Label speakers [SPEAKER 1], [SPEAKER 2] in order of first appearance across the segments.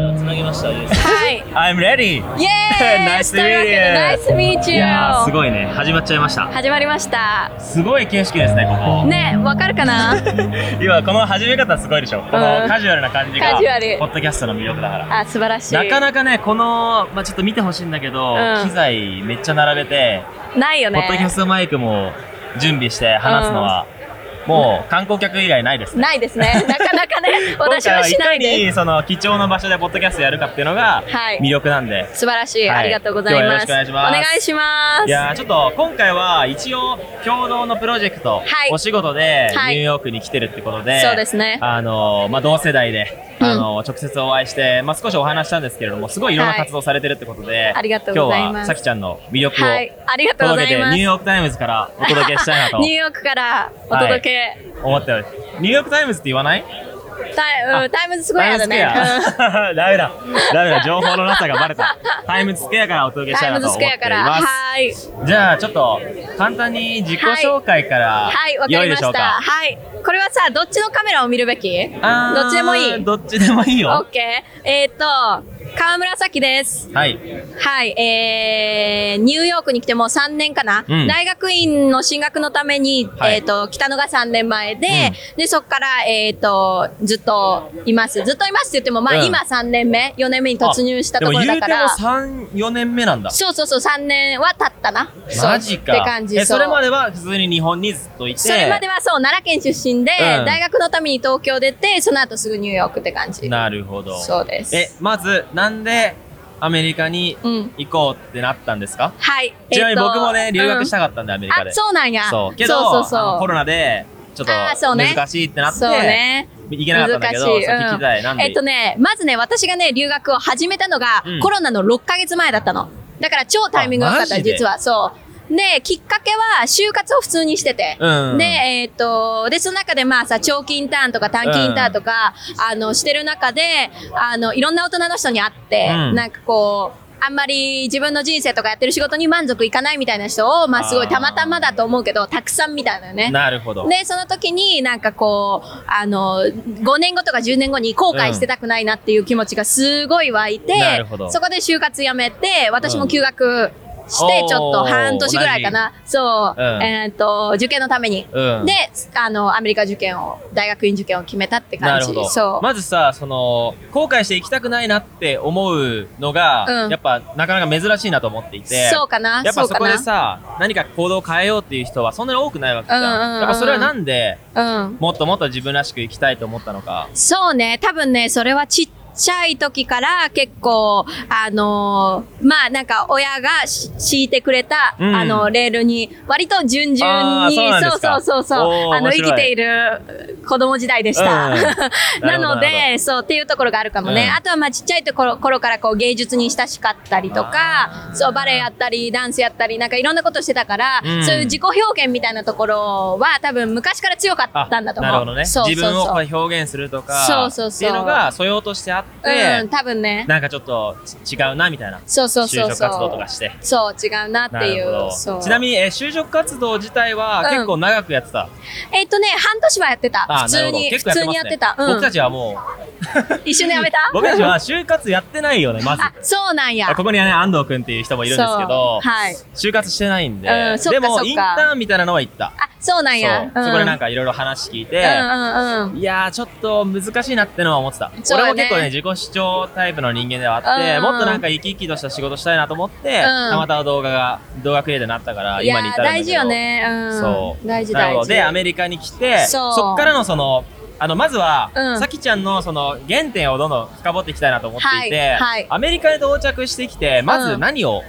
[SPEAKER 1] きました Yes
[SPEAKER 2] はい
[SPEAKER 1] I'm ready!
[SPEAKER 2] イエーイ
[SPEAKER 1] Nice to
[SPEAKER 2] というわけ
[SPEAKER 1] meet
[SPEAKER 2] で
[SPEAKER 1] you.
[SPEAKER 2] ナイスミーチ
[SPEAKER 1] い
[SPEAKER 2] ュ
[SPEAKER 1] やーす
[SPEAKER 2] ー
[SPEAKER 1] ごいね始まっちゃいました
[SPEAKER 2] 始まりました
[SPEAKER 1] すごい景色ですねここ
[SPEAKER 2] ねわかるかな
[SPEAKER 1] 今この始め方すごいでしょこのカジュアルな感じが
[SPEAKER 2] カジュアル
[SPEAKER 1] ポッドキャストの魅力だから
[SPEAKER 2] あ素晴らしい
[SPEAKER 1] なかなかねこの、まあ、ちょっと見てほしいんだけど、
[SPEAKER 2] うん
[SPEAKER 1] 機材めっちゃ並べて
[SPEAKER 2] ないよ
[SPEAKER 1] ポッドキャ
[SPEAKER 2] ね
[SPEAKER 1] ストマイクも準備して話すのは、もう観光客以外ないですね
[SPEAKER 2] ないで すねなかなかね私はしな
[SPEAKER 1] 今回はい
[SPEAKER 2] い
[SPEAKER 1] か
[SPEAKER 2] で
[SPEAKER 1] にその貴重な場所でポッドキャストやるかっていうのが
[SPEAKER 2] はい
[SPEAKER 1] 魅力なんで、
[SPEAKER 2] す素晴らしい、
[SPEAKER 1] はい
[SPEAKER 2] ありがとうございます
[SPEAKER 1] 今日はよろしくお願い
[SPEAKER 2] します
[SPEAKER 1] いやーちょっと今回は一応共同のプロジェクト、
[SPEAKER 2] はい
[SPEAKER 1] お仕事でニュ
[SPEAKER 2] はい
[SPEAKER 1] ーヨークに来てるってことで、
[SPEAKER 2] そうですね
[SPEAKER 1] あのーまあ、同世代で、
[SPEAKER 2] うん
[SPEAKER 1] あのー直接お会いして、まあ、少しお話ししたんですけれどもすごいいろんな活動されてるってことで、
[SPEAKER 2] いありがとうございます
[SPEAKER 1] 今日はさきちゃんの魅力を
[SPEAKER 2] はいありがとうご
[SPEAKER 1] 届け
[SPEAKER 2] ざ
[SPEAKER 1] て
[SPEAKER 2] い
[SPEAKER 1] ニ
[SPEAKER 2] ま
[SPEAKER 1] ューヨ
[SPEAKER 2] す
[SPEAKER 1] ークタイムズからお届けした いなと
[SPEAKER 2] ニューヨークからお届け、
[SPEAKER 1] 思っておりますニューヨークタイムズって言わない
[SPEAKER 2] タイうんタイムズスクエアだね
[SPEAKER 1] タイ ムズスクエ アダメだダメだ情報のなさがバレたタイムズスクエアからお
[SPEAKER 2] う
[SPEAKER 1] 届
[SPEAKER 2] ん
[SPEAKER 1] けした
[SPEAKER 2] タ
[SPEAKER 1] い
[SPEAKER 2] イ
[SPEAKER 1] な
[SPEAKER 2] ム
[SPEAKER 1] と
[SPEAKER 2] ズ
[SPEAKER 1] 思
[SPEAKER 2] ス
[SPEAKER 1] っ
[SPEAKER 2] ク
[SPEAKER 1] て
[SPEAKER 2] エアか
[SPEAKER 1] い
[SPEAKER 2] ら
[SPEAKER 1] ます
[SPEAKER 2] はい
[SPEAKER 1] じゃあちょっと簡単に自己紹介から、
[SPEAKER 2] はいわか
[SPEAKER 1] 良
[SPEAKER 2] り
[SPEAKER 1] い
[SPEAKER 2] ま
[SPEAKER 1] でしょ
[SPEAKER 2] し
[SPEAKER 1] う
[SPEAKER 2] た
[SPEAKER 1] か
[SPEAKER 2] はいこれはさどっちのカメラを見るべきど
[SPEAKER 1] あー
[SPEAKER 2] っちでもいい
[SPEAKER 1] どっちでもいい
[SPEAKER 2] オッ
[SPEAKER 1] よ
[SPEAKER 2] ケーえー、っと川村咲です
[SPEAKER 1] はい
[SPEAKER 2] はい、えー、ニューヨークに来てもう3年かな、
[SPEAKER 1] うん
[SPEAKER 2] 大学院の進学のために、
[SPEAKER 1] はい
[SPEAKER 2] えっ、と、来たのが3年前で、
[SPEAKER 1] う
[SPEAKER 2] で、そこから、えっ、と、ずっといます。ずっといますって言っても、まあ、
[SPEAKER 1] うん
[SPEAKER 2] 今3年目、4年目に突入したところだか
[SPEAKER 1] でも言
[SPEAKER 2] ら、
[SPEAKER 1] うても34年目なんだ
[SPEAKER 2] そうそうそう、3年は経ったな。
[SPEAKER 1] マジか
[SPEAKER 2] そうって感じ。
[SPEAKER 1] え
[SPEAKER 2] う
[SPEAKER 1] それまでは普通に日本にずっといて
[SPEAKER 2] それまではそう、奈良県出身で、
[SPEAKER 1] うん
[SPEAKER 2] 大学のために東京出て、その後すぐニューヨークって感じ。
[SPEAKER 1] なるほど
[SPEAKER 2] そうです。
[SPEAKER 1] えまずなんでアメリカに
[SPEAKER 2] うん
[SPEAKER 1] 行こうってなったんですか、
[SPEAKER 2] はい。
[SPEAKER 1] ちなみに
[SPEAKER 2] えっと
[SPEAKER 1] 僕もね留学したかったんで、アメリ
[SPEAKER 2] うん
[SPEAKER 1] カで
[SPEAKER 2] あ、そうなんや。
[SPEAKER 1] そうけど
[SPEAKER 2] そうそうそう
[SPEAKER 1] あのコロナでちょっと
[SPEAKER 2] あーそうね
[SPEAKER 1] 難しいってなって、
[SPEAKER 2] そうね。
[SPEAKER 1] 行けなかったんだけど
[SPEAKER 2] 難しい
[SPEAKER 1] そう
[SPEAKER 2] うん
[SPEAKER 1] 聞きたいなんで、
[SPEAKER 2] えっとね、まずね、私がね、留学を始めたのが、
[SPEAKER 1] うん
[SPEAKER 2] コロナの6ヶ月前だったの。だから超タイミングが良かっ
[SPEAKER 1] あマ
[SPEAKER 2] た、
[SPEAKER 1] ジで
[SPEAKER 2] 実は。そう。で、きっかけは、就活を普通にしてて。
[SPEAKER 1] うん
[SPEAKER 2] で、えっ、と、で、その中でまあさ、長期インターンとか短期インターンとか、あの、してる中で、あの、いろんな大人の人に会って、
[SPEAKER 1] うん
[SPEAKER 2] なんかこう、あんまり自分の人生とかやってる仕事に満足いかないみたいな人を、まあすごいたまたまだと思うけど、たくさん見たのよね。
[SPEAKER 1] なるほど、
[SPEAKER 2] で、その時になんかこう、あの、5年後とか10年後に後悔してたくないなっていう気持ちがすごい湧いて
[SPEAKER 1] うんなるほ、ど
[SPEAKER 2] そこで就活やめて、私も休学し
[SPEAKER 1] う
[SPEAKER 2] て
[SPEAKER 1] ん、
[SPEAKER 2] ちょっ
[SPEAKER 1] お
[SPEAKER 2] と
[SPEAKER 1] ー
[SPEAKER 2] 半年ぐらいかな。そ
[SPEAKER 1] う
[SPEAKER 2] う、
[SPEAKER 1] ん
[SPEAKER 2] えっ、と、受験のために。
[SPEAKER 1] うん、
[SPEAKER 2] で、あの、アメリカ受験を、大学院受験を決めたって
[SPEAKER 1] な
[SPEAKER 2] 感
[SPEAKER 1] るほ。
[SPEAKER 2] じ
[SPEAKER 1] ど
[SPEAKER 2] そう。
[SPEAKER 1] まずさその後悔して行きたくないなって思うのが、
[SPEAKER 2] うん
[SPEAKER 1] やっぱなかなか珍しいなと思っていて
[SPEAKER 2] そうかな
[SPEAKER 1] やっぱそこで
[SPEAKER 2] そうか
[SPEAKER 1] さ何か行動を変えようっていう人はそんなに多くないわけじゃん,、
[SPEAKER 2] うんうんうんうん
[SPEAKER 1] だからそれはなんで
[SPEAKER 2] な。うん。
[SPEAKER 1] もっともっと自分らしく生きたいと思ったのか
[SPEAKER 2] そうね、多分ね、それはちっちゃい時から結構、あのーまあなんか親がし敷いてくれた、
[SPEAKER 1] うん
[SPEAKER 2] あの、レールに、割と順々
[SPEAKER 1] あー
[SPEAKER 2] に、
[SPEAKER 1] そうなんで
[SPEAKER 2] そう
[SPEAKER 1] す
[SPEAKER 2] そ
[SPEAKER 1] か
[SPEAKER 2] うそうそ
[SPEAKER 1] お
[SPEAKER 2] う、
[SPEAKER 1] ー
[SPEAKER 2] あの、
[SPEAKER 1] 面
[SPEAKER 2] 生
[SPEAKER 1] 白い
[SPEAKER 2] きている子供時代でした。
[SPEAKER 1] うん なる
[SPEAKER 2] な
[SPEAKER 1] ほど
[SPEAKER 2] の
[SPEAKER 1] な
[SPEAKER 2] で、そうっていうところがあるかもね。
[SPEAKER 1] うん
[SPEAKER 2] あとはまあちっちゃいところ頃からこう芸術に親しかったりとか
[SPEAKER 1] あ、ー
[SPEAKER 2] そうバレエやったり、ダンスやったり、なんかいろんなことしてたから、
[SPEAKER 1] うん
[SPEAKER 2] そういう自己表現みたいなところは多分昔から強か
[SPEAKER 1] あ
[SPEAKER 2] ったんだと思う。
[SPEAKER 1] なるほどね
[SPEAKER 2] そうそうそう
[SPEAKER 1] 自分をこう表現するとか
[SPEAKER 2] そうそうそう
[SPEAKER 1] っていうのが素養としてあって、
[SPEAKER 2] うん、多分ね。
[SPEAKER 1] なんかちょっとち違うなみたいな
[SPEAKER 2] そうそうそう
[SPEAKER 1] 就職
[SPEAKER 2] そう。
[SPEAKER 1] 活動とかして
[SPEAKER 2] そう、違うなって
[SPEAKER 1] な
[SPEAKER 2] いう
[SPEAKER 1] る。ほ
[SPEAKER 2] そ
[SPEAKER 1] ど
[SPEAKER 2] う
[SPEAKER 1] ちなみに、えー就職活動自体は
[SPEAKER 2] うん
[SPEAKER 1] 結構長くやってた、
[SPEAKER 2] えっとね、半年はやってた。
[SPEAKER 1] あーな
[SPEAKER 2] 普
[SPEAKER 1] る
[SPEAKER 2] 通
[SPEAKER 1] ほど
[SPEAKER 2] に、
[SPEAKER 1] 結
[SPEAKER 2] 普
[SPEAKER 1] 構
[SPEAKER 2] 通にやって
[SPEAKER 1] ま
[SPEAKER 2] た。
[SPEAKER 1] すね
[SPEAKER 2] う
[SPEAKER 1] 僕た
[SPEAKER 2] ん。
[SPEAKER 1] ちはも
[SPEAKER 2] 一緒にやめた
[SPEAKER 1] う 僕たちは就活やってないよねまず
[SPEAKER 2] あ、そうなんや。
[SPEAKER 1] ここにはね安藤君っていう人もいるんですけど、
[SPEAKER 2] そうはい。
[SPEAKER 1] 就活してないんで、
[SPEAKER 2] うんそっか
[SPEAKER 1] で
[SPEAKER 2] そ
[SPEAKER 1] も
[SPEAKER 2] っか
[SPEAKER 1] インターンみたいなのは行った
[SPEAKER 2] あ、そうなんや。
[SPEAKER 1] そう、そこでなん
[SPEAKER 2] か、
[SPEAKER 1] かいろいろ話聞いて、
[SPEAKER 2] うんうんうん。
[SPEAKER 1] いやーちょっと難しいなってのは思ってた、
[SPEAKER 2] そう
[SPEAKER 1] 俺
[SPEAKER 2] だね
[SPEAKER 1] も結構ね自己主張タイプの人間ではあって、
[SPEAKER 2] うん
[SPEAKER 1] もっとなんか生き生きとした仕事したいなと思って、
[SPEAKER 2] ん
[SPEAKER 1] たまたま動画が動画クリエイターになったから
[SPEAKER 2] いや
[SPEAKER 1] 今に至
[SPEAKER 2] ー、
[SPEAKER 1] るんだけど
[SPEAKER 2] 大事よね。うん。
[SPEAKER 1] そう
[SPEAKER 2] 大事
[SPEAKER 1] な
[SPEAKER 2] 大
[SPEAKER 1] の
[SPEAKER 2] 事。
[SPEAKER 1] でアメリカに来て
[SPEAKER 2] そう
[SPEAKER 1] っからのそのあのまずは、
[SPEAKER 2] うん
[SPEAKER 1] さきちゃんのその原点をどんどん深掘っていきたいなと思っていて、
[SPEAKER 2] はいはい
[SPEAKER 1] アメリカに到着してきてま
[SPEAKER 2] う
[SPEAKER 1] ず
[SPEAKER 2] ん
[SPEAKER 1] 何を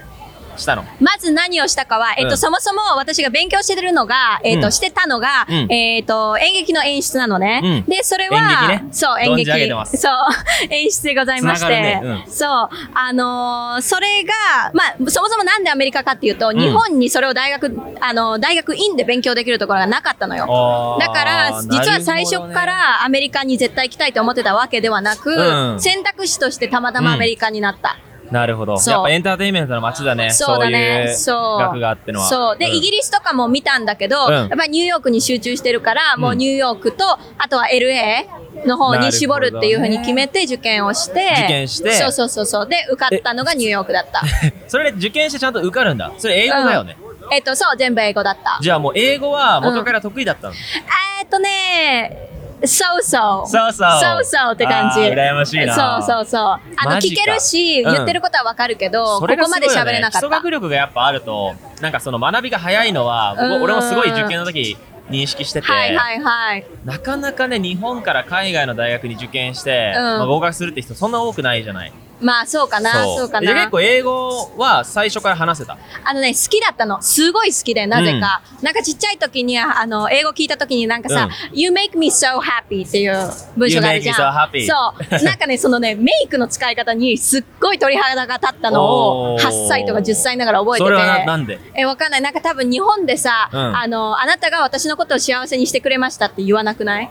[SPEAKER 1] したの、
[SPEAKER 2] まず何をしたかは、えっ、
[SPEAKER 1] う
[SPEAKER 2] と、
[SPEAKER 1] ん
[SPEAKER 2] そもそも私が勉強してるのが、えっ、と、
[SPEAKER 1] うん
[SPEAKER 2] してたのが、
[SPEAKER 1] うん
[SPEAKER 2] えっ、と、演劇の演出なのね。
[SPEAKER 1] うん
[SPEAKER 2] で、それは、
[SPEAKER 1] 演劇ね
[SPEAKER 2] そう、演
[SPEAKER 1] 存じ上げ
[SPEAKER 2] 劇
[SPEAKER 1] てま。す
[SPEAKER 2] そう、 演出でございまして。
[SPEAKER 1] つながるねう
[SPEAKER 2] そう、あのーそれが、まあ、そもそもなんでアメリカかっていうと、日本にそれを大学、あの、大学院で勉強できるところがなかったのよ。
[SPEAKER 1] あー
[SPEAKER 2] だから、実は最初か、らアメリカに絶対行きたいと思ってたわけではなく、
[SPEAKER 1] うん
[SPEAKER 2] 選択肢としてたまたまアメリカになった。
[SPEAKER 1] なるほど,、
[SPEAKER 2] そう
[SPEAKER 1] やっぱエンターテインメントの街だね
[SPEAKER 2] そうだ
[SPEAKER 1] そう
[SPEAKER 2] ね。
[SPEAKER 1] いう
[SPEAKER 2] そう。
[SPEAKER 1] 学があってのは
[SPEAKER 2] そう。で、
[SPEAKER 1] ん
[SPEAKER 2] イギリスとかも見たんだけど、
[SPEAKER 1] うん
[SPEAKER 2] やっぱりニューヨークに集中してるから、もううんニューヨークと、あとは LA の方に絞るっていうふうに決めて受験をして、
[SPEAKER 1] 受験して
[SPEAKER 2] そうそうそうそう。で、受かったのがニューヨークだった。
[SPEAKER 1] それで受験してちゃんと受かるんだ。それ英語だよね。
[SPEAKER 2] えっと、そう、全部英語だった。
[SPEAKER 1] じゃあもう英語は元から得意だったの。
[SPEAKER 2] えーっとね、そうそう。
[SPEAKER 1] そうそう
[SPEAKER 2] そうそうって感じ。
[SPEAKER 1] あー羨ましいな
[SPEAKER 2] そうそうそう。あの、
[SPEAKER 1] マジ
[SPEAKER 2] 聞
[SPEAKER 1] か
[SPEAKER 2] けるし、
[SPEAKER 1] うん
[SPEAKER 2] 言ってることはわかるけど、こ
[SPEAKER 1] それが
[SPEAKER 2] こ
[SPEAKER 1] すご
[SPEAKER 2] ま
[SPEAKER 1] いよね
[SPEAKER 2] で喋れなかっ
[SPEAKER 1] 基礎
[SPEAKER 2] た。
[SPEAKER 1] 学力がやっぱあると、なんかその学びが早いのは、
[SPEAKER 2] うーん
[SPEAKER 1] 僕俺もすごい受験の時認識してて、
[SPEAKER 2] はいはいはい。
[SPEAKER 1] なかなかね、日本から海外の大学に受験して、
[SPEAKER 2] うん
[SPEAKER 1] まあ合格するって人そんな多くないじゃない。
[SPEAKER 2] まあ、そうかな、そうか
[SPEAKER 1] で
[SPEAKER 2] な
[SPEAKER 1] 結。構英語は最初から話せた。
[SPEAKER 2] あのね、好きだったの。すごい好きで、なぜか。なんかちっちゃい時に、あの、英語聞いた時になんかさ、You make me so happy っていう文章があるじゃん。
[SPEAKER 1] You make me so happy
[SPEAKER 2] そう。なんかね、そのね、メイクの使い方にすっごい鳥肌が立ったのを、
[SPEAKER 1] おー
[SPEAKER 2] 8歳とか10歳ながら覚えて
[SPEAKER 1] そ
[SPEAKER 2] て。
[SPEAKER 1] れはななんで
[SPEAKER 2] え、わかんない。なんか多分日本でさ、
[SPEAKER 1] うん
[SPEAKER 2] あの、あなたが私のことを幸せにしてくれましたって言わなくない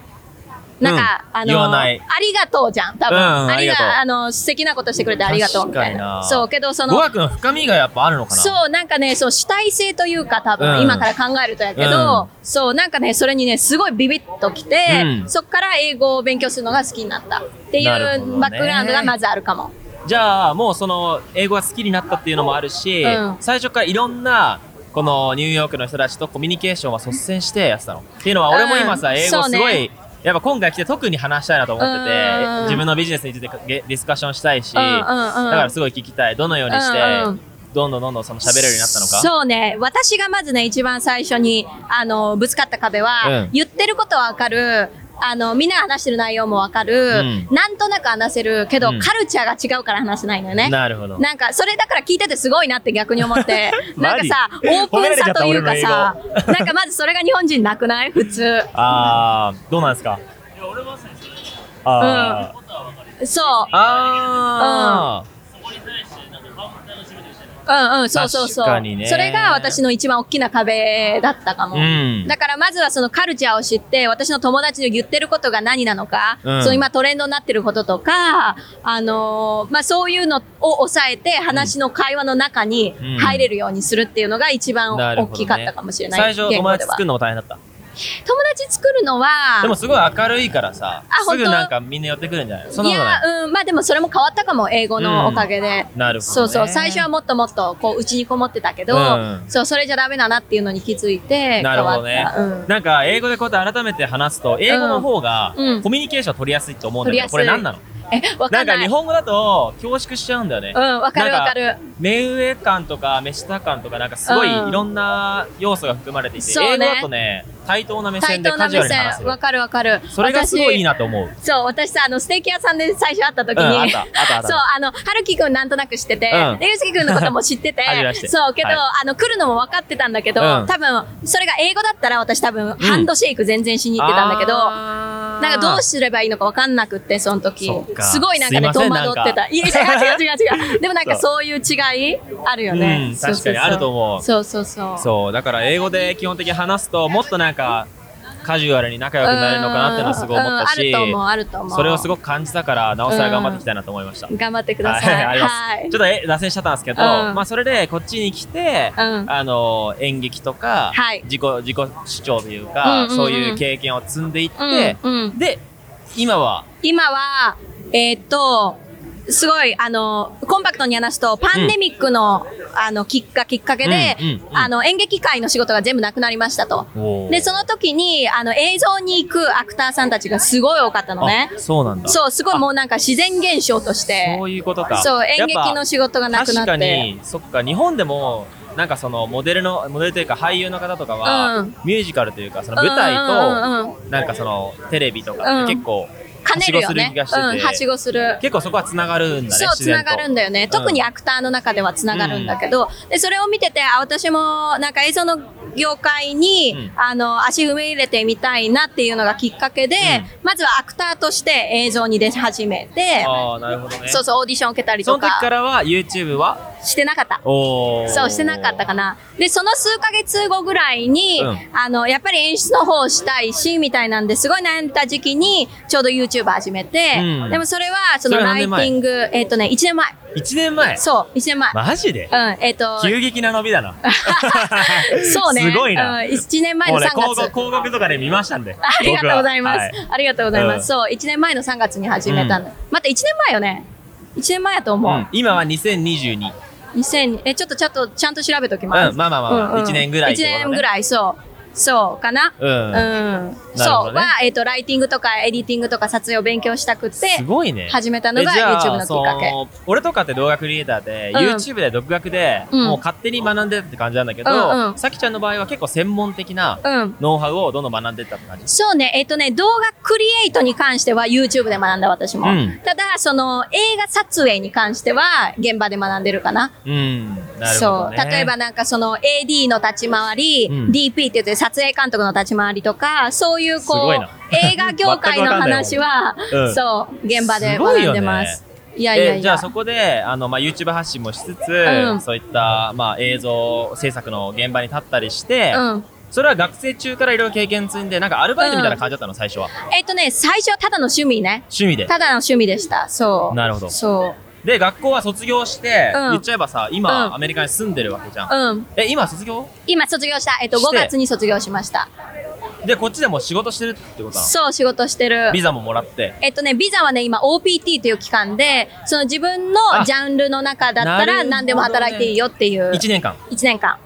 [SPEAKER 2] なんか、
[SPEAKER 1] うん
[SPEAKER 2] あの、
[SPEAKER 1] 言わない
[SPEAKER 2] ありがとうじゃん、多分。
[SPEAKER 1] うん
[SPEAKER 2] あり
[SPEAKER 1] ありがとう
[SPEAKER 2] が、あの、素敵なことしてくれてありがとうみたい
[SPEAKER 1] 確かに
[SPEAKER 2] な。
[SPEAKER 1] な
[SPEAKER 2] そう、けどその、
[SPEAKER 1] 語学の深みがやっぱあるのかな。
[SPEAKER 2] そう、なんかね、そう、主体性というか、多分、
[SPEAKER 1] うん
[SPEAKER 2] 今から考えるとやけ
[SPEAKER 1] う
[SPEAKER 2] ど
[SPEAKER 1] ん、
[SPEAKER 2] そう、なんかね、それにね、すごいビビッときて、
[SPEAKER 1] うん
[SPEAKER 2] そっから英語を勉強するのが好きになったってい
[SPEAKER 1] なるほど
[SPEAKER 2] う
[SPEAKER 1] ね
[SPEAKER 2] バックグラウンドがまずあるかも。
[SPEAKER 1] じゃあもうその英語が好きになったっていうのもあるし、
[SPEAKER 2] うん
[SPEAKER 1] 最初からいろんなこのニューヨークの人たちとコミュニケーションは率先してやってたの。っていうのは俺も今さ、
[SPEAKER 2] うん
[SPEAKER 1] 英語す
[SPEAKER 2] そ
[SPEAKER 1] ご
[SPEAKER 2] う
[SPEAKER 1] い、
[SPEAKER 2] ね
[SPEAKER 1] やっぱ今回来て特に話したいなと思ってて
[SPEAKER 2] うん、
[SPEAKER 1] 自分のビジネスについてディスカッションしたいし、
[SPEAKER 2] うんうんうん
[SPEAKER 1] だからすごい聞きたい。どのようにして、
[SPEAKER 2] うんうん
[SPEAKER 1] どんどんどんどんその喋れるようになったのか。
[SPEAKER 2] そうね。私がまずね、一番最初に、あの、ぶつかった壁は、
[SPEAKER 1] うん
[SPEAKER 2] 言ってることはわかる、あの、みんなが話してる内容もわかる、
[SPEAKER 1] ん
[SPEAKER 2] なんとなく話せるけど、
[SPEAKER 1] うん
[SPEAKER 2] カルチャーが違うから話せないのよね。
[SPEAKER 1] なるほど。
[SPEAKER 2] なんか、それだから聞いててすごいなって逆に思 って、なんかさ、
[SPEAKER 1] マジ
[SPEAKER 2] オープンさというかさ
[SPEAKER 1] 褒めら、
[SPEAKER 2] なんかまずそれが日本人なくない普通。
[SPEAKER 1] あー、どうなんですかあー、
[SPEAKER 2] そう。
[SPEAKER 1] あー、
[SPEAKER 2] うんうん、そうそうそう。
[SPEAKER 1] 確かにね
[SPEAKER 2] それが私の一番大きな壁だったかも。
[SPEAKER 1] うん
[SPEAKER 2] だからまずはそのカルチャーを知って、私の友達の言ってることが何なのか、
[SPEAKER 1] うん
[SPEAKER 2] その今トレンドになってることとか、あのーまあ、そういうのを抑えて話の会話の中に
[SPEAKER 1] うん
[SPEAKER 2] 入れるようにするっていうのが一番
[SPEAKER 1] なるほ
[SPEAKER 2] 大
[SPEAKER 1] ど、ね。
[SPEAKER 2] きかったかもしれない。
[SPEAKER 1] 最初
[SPEAKER 2] 言
[SPEAKER 1] 友
[SPEAKER 2] 語で
[SPEAKER 1] 達
[SPEAKER 2] は
[SPEAKER 1] 作るのも大変だった。
[SPEAKER 2] 友達作るのは、
[SPEAKER 1] でもすごい明るいからさ
[SPEAKER 2] あ、
[SPEAKER 1] す
[SPEAKER 2] 本
[SPEAKER 1] ぐ
[SPEAKER 2] 当
[SPEAKER 1] なんかみんな寄ってくるんじゃないそん
[SPEAKER 2] い
[SPEAKER 1] なこと
[SPEAKER 2] や
[SPEAKER 1] ない。、
[SPEAKER 2] うん、まあでもそれも変わったかも、英語のおかげで。
[SPEAKER 1] うんなるほどね
[SPEAKER 2] そうそう、最初はもっともっと、こう、うちにこもってたけど、
[SPEAKER 1] うん
[SPEAKER 2] そう、それじゃダメだなっていうのに気づいて、変
[SPEAKER 1] なるほ
[SPEAKER 2] わっ
[SPEAKER 1] どね
[SPEAKER 2] た。うん。。
[SPEAKER 1] なんか英語でこうやって改めて話すと、英語の方が
[SPEAKER 2] うん
[SPEAKER 1] コミュニケーション取りやすいと思うんだ
[SPEAKER 2] 取
[SPEAKER 1] け
[SPEAKER 2] りや
[SPEAKER 1] ど、
[SPEAKER 2] すい
[SPEAKER 1] これ何なの
[SPEAKER 2] え、わ
[SPEAKER 1] な
[SPEAKER 2] か
[SPEAKER 1] ん
[SPEAKER 2] ん
[SPEAKER 1] か
[SPEAKER 2] ない。
[SPEAKER 1] 日本語だと恐縮しちゃうんだよね。
[SPEAKER 2] うん、わかるわかる。
[SPEAKER 1] 目上感とか目下感とかなんかすご
[SPEAKER 2] うん
[SPEAKER 1] いいろんな要素が含まれていて、
[SPEAKER 2] そ
[SPEAKER 1] 英語
[SPEAKER 2] うね
[SPEAKER 1] だとね、対等な目
[SPEAKER 2] 対
[SPEAKER 1] 線で
[SPEAKER 2] 等な
[SPEAKER 1] カジュ
[SPEAKER 2] 目
[SPEAKER 1] アルに話せ
[SPEAKER 2] 線、
[SPEAKER 1] る
[SPEAKER 2] わ。かるわかる。
[SPEAKER 1] それがすごいいい
[SPEAKER 2] な。
[SPEAKER 1] なと思う。
[SPEAKER 2] そう、私さ、あの、ステーキ屋さんで最初会った時に、
[SPEAKER 1] うんあったあったあった
[SPEAKER 2] そう、あの、はるきくんなんとなく知ってて、
[SPEAKER 1] うん
[SPEAKER 2] で、ゆうすきくんのことも知ってて
[SPEAKER 1] 味わして、
[SPEAKER 2] そう、け ど、
[SPEAKER 1] はい
[SPEAKER 2] あの、来るのも分かってたんだけど、
[SPEAKER 1] うん
[SPEAKER 2] 多分、それが英語だったら私多分、ハンドシェイク全然しに行ってたんだけど、
[SPEAKER 1] あー
[SPEAKER 2] なんかどうすればいいのか分かんなくって、その時
[SPEAKER 1] そっ。か
[SPEAKER 2] すごいなんかね、
[SPEAKER 1] す
[SPEAKER 2] 戸
[SPEAKER 1] いません
[SPEAKER 2] 惑っ
[SPEAKER 1] な
[SPEAKER 2] て
[SPEAKER 1] ん
[SPEAKER 2] た。
[SPEAKER 1] か
[SPEAKER 2] いや、違う違う違 う違う。でもなんかそういう違いあるよね。
[SPEAKER 1] うん
[SPEAKER 2] そうそ
[SPEAKER 1] 確
[SPEAKER 2] うそう
[SPEAKER 1] かにあると思う
[SPEAKER 2] そうそうそう。
[SPEAKER 1] そう、だから英語で基本的に話すと、もっとなんか、カジュアルに仲良くなれるのかなってのはすごい思った
[SPEAKER 2] うんうんある
[SPEAKER 1] し
[SPEAKER 2] と思う、あると思う。
[SPEAKER 1] それをす
[SPEAKER 2] ご
[SPEAKER 1] ごく感じたから、なおさら頑張っていきたいなと思いました。
[SPEAKER 2] 頑張ってください。
[SPEAKER 1] はい、あります。ちょっとえ脱線しちゃったんですけど、
[SPEAKER 2] うん
[SPEAKER 1] まあそれでこっちに来て、
[SPEAKER 2] うん
[SPEAKER 1] あの演劇とか、
[SPEAKER 2] はい
[SPEAKER 1] 自己自己主張というか、
[SPEAKER 2] うんうんうん
[SPEAKER 1] そういう経験を積んでいって、
[SPEAKER 2] うんうん
[SPEAKER 1] で今は
[SPEAKER 2] 今は、えーっと、すごい、あの、コンパクトに話すと、パンデミックの、あの、きっかきっかけで、
[SPEAKER 1] うんうんうん
[SPEAKER 2] あの、演劇界の仕事が全部なくなりましたと。で、その時に、あの、映像に行くアクターさんたちがすごい多かったのね
[SPEAKER 1] あ。そうなんだ。
[SPEAKER 2] そう、すごいもうなんか自然現象として
[SPEAKER 1] そ。ういうことか。
[SPEAKER 2] そう、演劇
[SPEAKER 1] やっぱ
[SPEAKER 2] の仕事がなくなって。
[SPEAKER 1] 確かにそっか日本でもなんかそのモデルのモデルというか俳優の方とかは、
[SPEAKER 2] うん
[SPEAKER 1] ミュージカルというかその舞台
[SPEAKER 2] うんうんうん
[SPEAKER 1] と、なんかそのテレビとか
[SPEAKER 2] うん
[SPEAKER 1] って結構、
[SPEAKER 2] 兼ねるよね。
[SPEAKER 1] はしごする気がしてて
[SPEAKER 2] うん、はしごする。
[SPEAKER 1] 結構そこはつながるんだね
[SPEAKER 2] そう、
[SPEAKER 1] 自
[SPEAKER 2] つな
[SPEAKER 1] 然と
[SPEAKER 2] がるんだよね。特にアクターの中ではつながるんだけど、で、それを見てて、あ、私もなんか映像の業界に、
[SPEAKER 1] う
[SPEAKER 2] あの、足踏み入れてみたいなっていうのがきっかけで、まずはアクターとして映像に出始めて、
[SPEAKER 1] ああなるほどね
[SPEAKER 2] そうそう、オーディションを受けたり
[SPEAKER 1] そ
[SPEAKER 2] と
[SPEAKER 1] の時
[SPEAKER 2] か。
[SPEAKER 1] からは YouTube は
[SPEAKER 2] してなかった。
[SPEAKER 1] おー
[SPEAKER 2] そう、してなかったかな。で、その数ヶ月後ぐらいに、
[SPEAKER 1] うん
[SPEAKER 2] あの、やっぱり演出の方をしたいし、みたいなんですごい悩んでた時期に、ちょうど YouTube 始めて、
[SPEAKER 1] うん
[SPEAKER 2] でもそれは、その
[SPEAKER 1] それは
[SPEAKER 2] ライ
[SPEAKER 1] 何年
[SPEAKER 2] テ
[SPEAKER 1] 前
[SPEAKER 2] ィング、えっ、とね、1年前。
[SPEAKER 1] 1年前
[SPEAKER 2] そう、1年前。
[SPEAKER 1] マジで
[SPEAKER 2] うん、えっ、と、
[SPEAKER 1] 急激な伸びだな。
[SPEAKER 2] そうね。
[SPEAKER 1] すごいな
[SPEAKER 2] うん、1年前
[SPEAKER 1] も
[SPEAKER 2] の
[SPEAKER 1] うね
[SPEAKER 2] 3月。
[SPEAKER 1] 広告広告とかで見ましたんで。
[SPEAKER 2] ありがとうございます。
[SPEAKER 1] 僕はは
[SPEAKER 2] ありがとうございます。
[SPEAKER 1] うん
[SPEAKER 2] そう、1年前の3月に始めたの。
[SPEAKER 1] う
[SPEAKER 2] また1年前よね。1年前やと思う。
[SPEAKER 1] うん今は2022。
[SPEAKER 2] 2000え、ちょっとちゃんと、ちゃんと調べとき
[SPEAKER 1] ま
[SPEAKER 2] ま
[SPEAKER 1] あ
[SPEAKER 2] す。
[SPEAKER 1] まあまあまあ、1年ぐらいって
[SPEAKER 2] 1
[SPEAKER 1] ことね。
[SPEAKER 2] 年ぐらい、そう。そう、かな。
[SPEAKER 1] うん
[SPEAKER 2] うん。
[SPEAKER 1] なるほど
[SPEAKER 2] そう。
[SPEAKER 1] ね
[SPEAKER 2] は、えっと、ライティングとかエディティングとか撮影を勉強したくて。
[SPEAKER 1] すごいね。
[SPEAKER 2] 始めたのが
[SPEAKER 1] えじゃあ
[SPEAKER 2] YouTube のきっかけ
[SPEAKER 1] その俺とかって動画クリエイターで、
[SPEAKER 2] うん
[SPEAKER 1] YouTube で独学で、
[SPEAKER 2] うん
[SPEAKER 1] もう勝手に学んでたって感じなんだけど、
[SPEAKER 2] うんうん
[SPEAKER 1] さきちゃんの場合は結構専門的な
[SPEAKER 2] うん。
[SPEAKER 1] ノウハウをどんどん学んでったって感じ。
[SPEAKER 2] そうね、えっとね、動画クリエイトに関しては YouTube で学んだ私も。
[SPEAKER 1] うん
[SPEAKER 2] ただ、その映画撮影に関しては現場で学んでるかな。
[SPEAKER 1] うん。なるほど、ね。
[SPEAKER 2] そう。例えばなんかその AD の立ち回り、
[SPEAKER 1] うん
[SPEAKER 2] DP って言って撮影監督の立ち回りとか、そういう
[SPEAKER 1] す
[SPEAKER 2] こ
[SPEAKER 1] ご
[SPEAKER 2] う
[SPEAKER 1] いな、
[SPEAKER 2] 映画業界の話は、
[SPEAKER 1] 全くわかんないもんうん
[SPEAKER 2] そう、現場です
[SPEAKER 1] ごい
[SPEAKER 2] 学
[SPEAKER 1] よ
[SPEAKER 2] ん
[SPEAKER 1] ね
[SPEAKER 2] でます。いやいやいや。
[SPEAKER 1] えじゃあそこであの、まあ、YouTube 発信もしつつ、
[SPEAKER 2] うん
[SPEAKER 1] そういった、まあ、映像制作の現場に立ったりして、
[SPEAKER 2] うん。
[SPEAKER 1] それは学生中からいろいろ経験積んでなんかアルバイトみたいな感じだったの、最初は
[SPEAKER 2] えっとね、最初はただの趣味ね。
[SPEAKER 1] 趣味で
[SPEAKER 2] ただの趣味でした。そう。
[SPEAKER 1] なるほど
[SPEAKER 2] そ
[SPEAKER 1] で学校は卒業して、
[SPEAKER 2] うん
[SPEAKER 1] 言っちゃえばさ今、
[SPEAKER 2] うん
[SPEAKER 1] アメリカに住んでるわけじゃん、
[SPEAKER 2] う。うん。
[SPEAKER 1] え今卒業
[SPEAKER 2] 今卒業した。えっと、
[SPEAKER 1] して
[SPEAKER 2] 5月に卒業しました。
[SPEAKER 1] でこっちでもう仕事してるってことなの
[SPEAKER 2] そう、仕事してる。
[SPEAKER 1] ビザももらって
[SPEAKER 2] えっとね、ビザはね、今 OPT という期間で、その自分の
[SPEAKER 1] あ
[SPEAKER 2] ジャンルの中だった
[SPEAKER 1] なるほど
[SPEAKER 2] ら
[SPEAKER 1] ね
[SPEAKER 2] 何でも働いていいよっていう。
[SPEAKER 1] 1年間
[SPEAKER 2] 1年間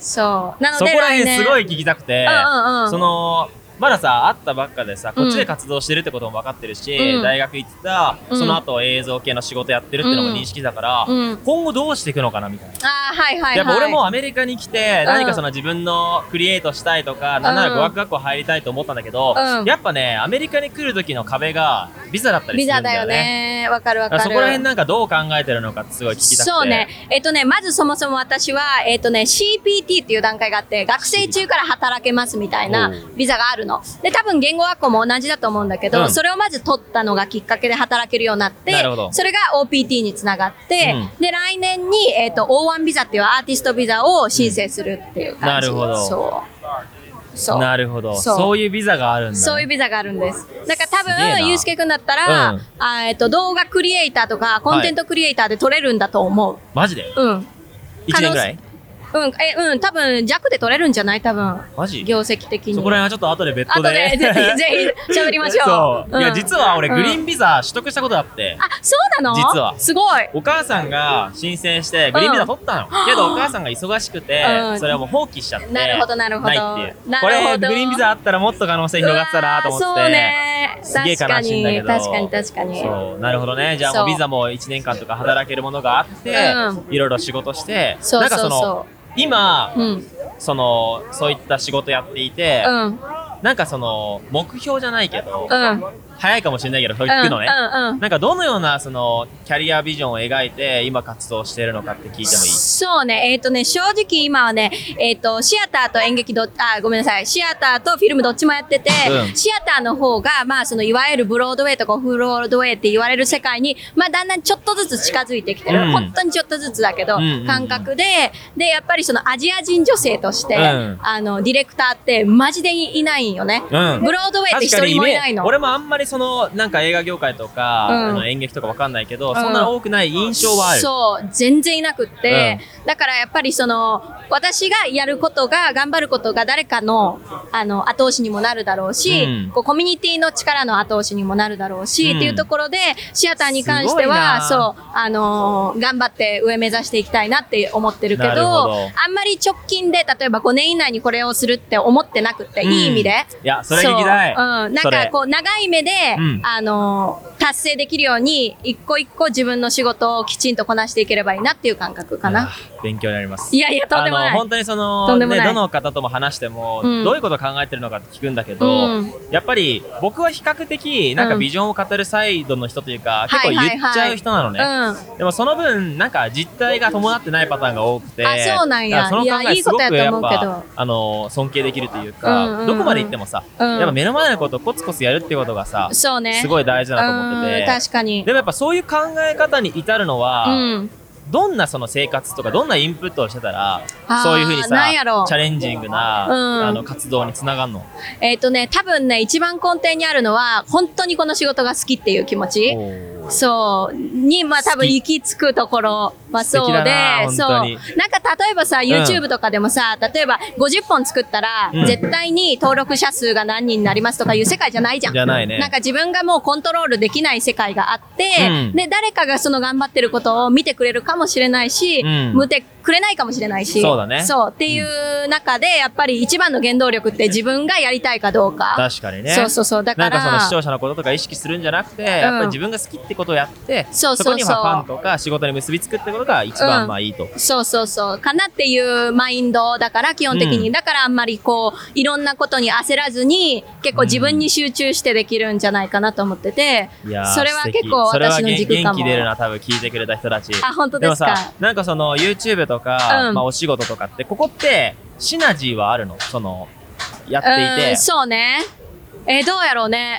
[SPEAKER 2] そうなの
[SPEAKER 1] そ
[SPEAKER 2] で
[SPEAKER 1] こら
[SPEAKER 2] 来
[SPEAKER 1] 辺
[SPEAKER 2] 年
[SPEAKER 1] すごい聞きたくて、
[SPEAKER 2] うんうんうん
[SPEAKER 1] そのまださ会ったばっかでさこっち
[SPEAKER 2] う
[SPEAKER 1] で
[SPEAKER 2] ん
[SPEAKER 1] 活動してるってことも分かってるし、
[SPEAKER 2] うん
[SPEAKER 1] 大学行ってた、
[SPEAKER 2] うん
[SPEAKER 1] その後映像系の仕事やってるってのも認識だから、
[SPEAKER 2] うん
[SPEAKER 1] 今後どうしていくのかなみたいな。
[SPEAKER 2] あーはいはいはい
[SPEAKER 1] やっぱ俺もアメリカに来て
[SPEAKER 2] ん
[SPEAKER 1] 何かその自分のクリエイトしたいとか、なんなら語学学校入りたいと思ったんだけど、
[SPEAKER 2] うん
[SPEAKER 1] やっぱねアメリカに来る時の壁がビザだったり
[SPEAKER 2] ビ
[SPEAKER 1] する
[SPEAKER 2] ザ
[SPEAKER 1] んだ
[SPEAKER 2] だ
[SPEAKER 1] よ
[SPEAKER 2] よ
[SPEAKER 1] ね。
[SPEAKER 2] ねわかるわ
[SPEAKER 1] だか
[SPEAKER 2] から
[SPEAKER 1] そ
[SPEAKER 2] る
[SPEAKER 1] こら辺なんかどう考えてるのかってすごい聞きたくて。
[SPEAKER 2] そうね。えっとね、まずそもそも私は、えっとね、CPT っていう段階があって、学生中から働けますみたいな
[SPEAKER 1] おう
[SPEAKER 2] ビザがあるの。で、多分言語学校も同じだと思うんだけど、
[SPEAKER 1] うん
[SPEAKER 2] それをまず取ったのがきっかけで働けるようになって
[SPEAKER 1] なるほ、ど
[SPEAKER 2] それが OPT につながって、で、来年に、えっと、O1 ビザっていうアーティストビザを申請するっていう感じ。
[SPEAKER 1] うんなるほど
[SPEAKER 2] そう。そう。
[SPEAKER 1] なるほど
[SPEAKER 2] そ
[SPEAKER 1] そうういうビザがあるんだ、ね、
[SPEAKER 2] そういうビザがあるんです。だから多
[SPEAKER 1] すげえな
[SPEAKER 2] 分、ゆうすけくんだったら、
[SPEAKER 1] うん
[SPEAKER 2] あえっと、動画クリエイターとか、コンテンツクリエイターで取れるんだと思う。
[SPEAKER 1] マジで
[SPEAKER 2] うん。
[SPEAKER 1] ?1 年ぐらい
[SPEAKER 2] うん、え、うん、多分、弱で取れるんじゃない多分。
[SPEAKER 1] マジ
[SPEAKER 2] 業績的に。
[SPEAKER 1] そこら辺はちょっと後で別
[SPEAKER 2] あ
[SPEAKER 1] 途
[SPEAKER 2] と
[SPEAKER 1] で。
[SPEAKER 2] で、ぜひ、ぜひ、喋りましょう。
[SPEAKER 1] そう、いや、
[SPEAKER 2] ん
[SPEAKER 1] 実は俺、
[SPEAKER 2] うん
[SPEAKER 1] グリーンビザ取得したことあって、
[SPEAKER 2] あ、そうなの
[SPEAKER 1] 実は
[SPEAKER 2] すごい。
[SPEAKER 1] お母さんが申請して、グリーンビザ取 ったの。けど、お母さんが忙しくて
[SPEAKER 2] う、ん
[SPEAKER 1] それはもう放棄しちゃって。
[SPEAKER 2] なるほどなるほ
[SPEAKER 1] な
[SPEAKER 2] ど
[SPEAKER 1] いっていう。
[SPEAKER 2] なる
[SPEAKER 1] こ
[SPEAKER 2] ほど
[SPEAKER 1] れ、グリーンビザあったらもっと可能性広がってたなと思って。
[SPEAKER 2] うわーそうね。
[SPEAKER 1] すげえ悲しいんだけど。
[SPEAKER 2] 確かに、確かに、確かに。
[SPEAKER 1] そう、なるほどね。じゃあ
[SPEAKER 2] そ
[SPEAKER 1] も
[SPEAKER 2] う
[SPEAKER 1] うビザも1年間とか働けるものがあって、
[SPEAKER 2] う
[SPEAKER 1] いろいろ仕事して、
[SPEAKER 2] そう
[SPEAKER 1] なんかそ
[SPEAKER 2] そう
[SPEAKER 1] の
[SPEAKER 2] そ、
[SPEAKER 1] 今、
[SPEAKER 2] うん。
[SPEAKER 1] その、そういった仕事やっていて、
[SPEAKER 2] うん。
[SPEAKER 1] なんかその、目標じゃないけど、
[SPEAKER 2] うん。
[SPEAKER 1] 早いかもしれないけど、そう聞くのね。
[SPEAKER 2] うん。うん。
[SPEAKER 1] なんかどのようなそのキャリアビジョンを描いて今活動しているのかって聞いてもいい
[SPEAKER 2] そうね、えっ、とね、正直今はね、えっ、と、シアターと演劇どっ、あ、ごめんなさい、シアターとフィルムどっちもやってて、
[SPEAKER 1] うん
[SPEAKER 2] シアターの方が、まあ、その、いわゆるブロードウェイとかオフロードウェイって言われる世界に、まあ、だんだんちょっとずつ近づいてきてる。
[SPEAKER 1] うん
[SPEAKER 2] 本当にちょっとずつだけど、
[SPEAKER 1] うんうんうん
[SPEAKER 2] 感覚で、で、やっぱりその、アジア人女性として、
[SPEAKER 1] うん
[SPEAKER 2] あの、ディレクターって、マジでいないんよね。
[SPEAKER 1] うん
[SPEAKER 2] ブロードウェイって一人
[SPEAKER 1] イ
[SPEAKER 2] もい
[SPEAKER 1] メ
[SPEAKER 2] ないの。
[SPEAKER 1] 俺もあんまりそのなんか映画業界とか、
[SPEAKER 2] うん
[SPEAKER 1] あの演劇とかわかんないけど、
[SPEAKER 2] ん
[SPEAKER 1] そんな多くない印象はある。
[SPEAKER 2] そう、全然いなくって、だからやっぱりその、私がやることが、頑張ることが誰かの、あの、後押しにもなるだろうし、
[SPEAKER 1] うん
[SPEAKER 2] こうコミュニティの力の後押しにもなるだろうし、
[SPEAKER 1] うん
[SPEAKER 2] っていうところで、シアターに関しては、
[SPEAKER 1] すごいな
[SPEAKER 2] そう、あのー頑張って上目指していきたいなって思ってるけど、
[SPEAKER 1] なるほど
[SPEAKER 2] あんまり直近で、例えば5年以内にこれをするって思ってなくって、
[SPEAKER 1] うん
[SPEAKER 2] いい意味で。
[SPEAKER 1] いやそれ聞きたい
[SPEAKER 2] そううん、なん
[SPEAKER 1] そ
[SPEAKER 2] か
[SPEAKER 1] れ
[SPEAKER 2] こう、長い目で、
[SPEAKER 1] うん
[SPEAKER 2] あのー達成できるように、一個一個自分の仕事をきちんとこなしていければいいなっていう感覚か
[SPEAKER 1] あ
[SPEAKER 2] な。
[SPEAKER 1] ー勉強になります。
[SPEAKER 2] いやいや、とんでも
[SPEAKER 1] あ
[SPEAKER 2] な
[SPEAKER 1] の
[SPEAKER 2] い
[SPEAKER 1] 本。当にそ
[SPEAKER 2] と
[SPEAKER 1] の
[SPEAKER 2] んでもない
[SPEAKER 1] ねどの方とも話しても、
[SPEAKER 2] うん
[SPEAKER 1] どういうことを考えてるのかって聞くんだけど、
[SPEAKER 2] うん
[SPEAKER 1] やっぱり僕は比較的なんかビジョンを語るサイドの人というか、結構言っちゃう人なのね。
[SPEAKER 2] うん。
[SPEAKER 1] でもその分、なんか実態が伴ってないパターンが多くて、
[SPEAKER 2] あそうなんや
[SPEAKER 1] だからその考
[SPEAKER 2] いや
[SPEAKER 1] え
[SPEAKER 2] いい
[SPEAKER 1] す
[SPEAKER 2] こ
[SPEAKER 1] ご
[SPEAKER 2] と
[SPEAKER 1] く
[SPEAKER 2] やと
[SPEAKER 1] や
[SPEAKER 2] 思
[SPEAKER 1] っ
[SPEAKER 2] うけど
[SPEAKER 1] ぱ、あの、尊敬できるというか、
[SPEAKER 2] うんうんうん
[SPEAKER 1] どこまで行ってもさ、
[SPEAKER 2] うん
[SPEAKER 1] やっぱ目の前のことをコツコツやるってことがさ、
[SPEAKER 2] そうね。
[SPEAKER 1] すごい大事だなと思って
[SPEAKER 2] うん
[SPEAKER 1] て、
[SPEAKER 2] 確かに。
[SPEAKER 1] でもやっぱそういう考え方に至るのは、
[SPEAKER 2] うん。
[SPEAKER 1] どんなその生活とかどんなインプットをしてたら
[SPEAKER 2] あー
[SPEAKER 1] そういうふうにさ
[SPEAKER 2] なんやろ
[SPEAKER 1] チャレンジングな、
[SPEAKER 2] うん
[SPEAKER 1] あの活動につながるの
[SPEAKER 2] えっ、とね、多分ね、一番根底にあるのは、本当にこの仕事が好きっていう気持ち。
[SPEAKER 1] おー
[SPEAKER 2] そう。に、まあ多分行き着くところはそう
[SPEAKER 1] 素敵
[SPEAKER 2] で
[SPEAKER 1] だな、
[SPEAKER 2] そう。
[SPEAKER 1] 本当
[SPEAKER 2] なんか
[SPEAKER 1] に
[SPEAKER 2] 例えばさ、YouTube とかでもさ、例えば50本作ったら、
[SPEAKER 1] うん
[SPEAKER 2] 絶対に登録者数が何人になりますとかいう世界じゃないじゃん。
[SPEAKER 1] じゃないね
[SPEAKER 2] なんか自分がもうコントロールできない世界があって、
[SPEAKER 1] うん
[SPEAKER 2] で、誰かがその頑張ってることを見てくれるかもしれないし、
[SPEAKER 1] うん
[SPEAKER 2] 見てくれないかもしれないし、
[SPEAKER 1] そうだね
[SPEAKER 2] そう。っていう中で、やっぱり一番の原動力って自分がやりたいかどうか。
[SPEAKER 1] 確かにね
[SPEAKER 2] そうそうそう。だから、
[SPEAKER 1] なんかその視聴者のこととか意識するんじゃなくて、やっぱり自分が好きってことをやって
[SPEAKER 2] そうそうそう
[SPEAKER 1] こにはファンとか仕事に結びつくってことが一
[SPEAKER 2] うん
[SPEAKER 1] 番まあいいと、
[SPEAKER 2] そうそうそう。かなっていうマインドだから、基本的に。
[SPEAKER 1] うん
[SPEAKER 2] だからあんまりこう、いろんなことに焦らずに、結構自分に集中してできるんじゃないかなと思ってて、
[SPEAKER 1] いやー
[SPEAKER 2] それは
[SPEAKER 1] 素敵
[SPEAKER 2] 結構
[SPEAKER 1] それは
[SPEAKER 2] 私の
[SPEAKER 1] 元
[SPEAKER 2] 軸か
[SPEAKER 1] 元
[SPEAKER 2] も。
[SPEAKER 1] 気出るな多分聞いてくれた人たち
[SPEAKER 2] あ、本当です
[SPEAKER 1] も
[SPEAKER 2] か。
[SPEAKER 1] さなんかその YouTube とか、
[SPEAKER 2] うん
[SPEAKER 1] まあ、お仕事とかってここってシナジーはあるのそのやって
[SPEAKER 2] うん、
[SPEAKER 1] い
[SPEAKER 2] そうね。えーどうやろうね。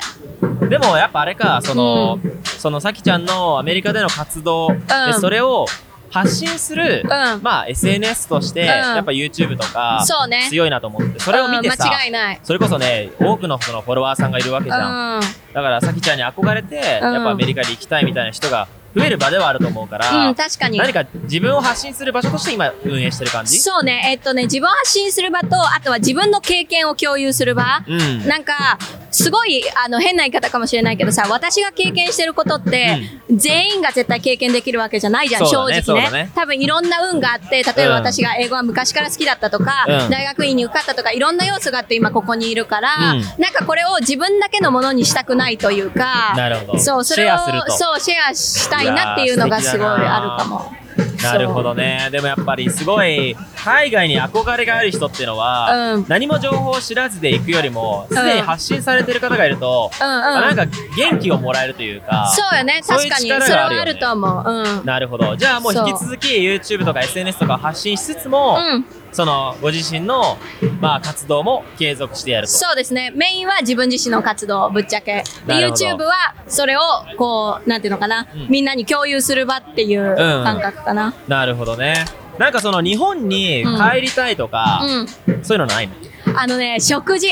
[SPEAKER 1] てでもやっぱあれかその、そのさきちゃんのアメリカでの活動、でそれを発信する、
[SPEAKER 2] ん
[SPEAKER 1] まあ SNS として、
[SPEAKER 2] ん
[SPEAKER 1] やっぱ YouTube とか
[SPEAKER 2] そうね
[SPEAKER 1] 強いなと思ってそれを見てさ、
[SPEAKER 2] うん間違いない。
[SPEAKER 1] それこそね多くのそのフォロワーさんがいるわけじゃん、
[SPEAKER 2] うん。
[SPEAKER 1] だからさきちゃんに憧れて、やっぱアメリカに行きたいみたいな人が増える場ではあると思うから、
[SPEAKER 2] うん、確かに。
[SPEAKER 1] 何か自分を発信する場所として今運営してる感じ
[SPEAKER 2] そうね。えっとね、自分を発信する場と、あとは自分の経験を共有する場。
[SPEAKER 1] うん
[SPEAKER 2] なんか、すごい、あの、変な言い方かもしれないけどさ、私が経験してることって、全員が絶対経験できるわけじゃないじゃん、
[SPEAKER 1] そうだね
[SPEAKER 2] 正直
[SPEAKER 1] そうだ
[SPEAKER 2] ね
[SPEAKER 1] ね。
[SPEAKER 2] 多分いろんな運があって、例えば
[SPEAKER 1] うん
[SPEAKER 2] 私が英語は昔から好きだったとか、
[SPEAKER 1] うん
[SPEAKER 2] 大学院に受かったとか、いろんな要素があって今ここにいるから、
[SPEAKER 1] うん
[SPEAKER 2] なんかこれを自分だけのものにしたくないというか、
[SPEAKER 1] なるほど
[SPEAKER 2] そう、それ
[SPEAKER 1] シェ
[SPEAKER 2] を
[SPEAKER 1] アすると
[SPEAKER 2] そう、シェアしたいなっていうのがすごいあるかも。
[SPEAKER 1] なるほどねでもやっぱりすごい海外に憧れがある人っていうのは、
[SPEAKER 2] うん
[SPEAKER 1] 何も情報を知らずで行くよりもすでに発信されてる方がいると、
[SPEAKER 2] うんうん
[SPEAKER 1] あなんか元気をもらえるというか
[SPEAKER 2] そうよね、
[SPEAKER 1] そうい
[SPEAKER 2] 確
[SPEAKER 1] う
[SPEAKER 2] かに。
[SPEAKER 1] 力
[SPEAKER 2] それ
[SPEAKER 1] が
[SPEAKER 2] は
[SPEAKER 1] ある
[SPEAKER 2] あ
[SPEAKER 1] よね
[SPEAKER 2] ると思う。うん。
[SPEAKER 1] なるほどじゃあもう
[SPEAKER 2] そ
[SPEAKER 1] 引
[SPEAKER 2] う
[SPEAKER 1] き続き YouTube とか SNS とかを発信しつつも、
[SPEAKER 2] うん、
[SPEAKER 1] そのご自身の、まあ、活動も継続してやると
[SPEAKER 2] そうですね。メインは自分自身の活動、ぶっちゃけ。で、
[SPEAKER 1] なるほど
[SPEAKER 2] YouTube は、それを、こう、なんていうのかな、
[SPEAKER 1] うん
[SPEAKER 2] みんなに共有する場っていう感覚かな。
[SPEAKER 1] なるほどねなんかその日本に帰りたいと
[SPEAKER 2] う
[SPEAKER 1] か、
[SPEAKER 2] ん。
[SPEAKER 1] そういうのないの
[SPEAKER 2] あのね、食事。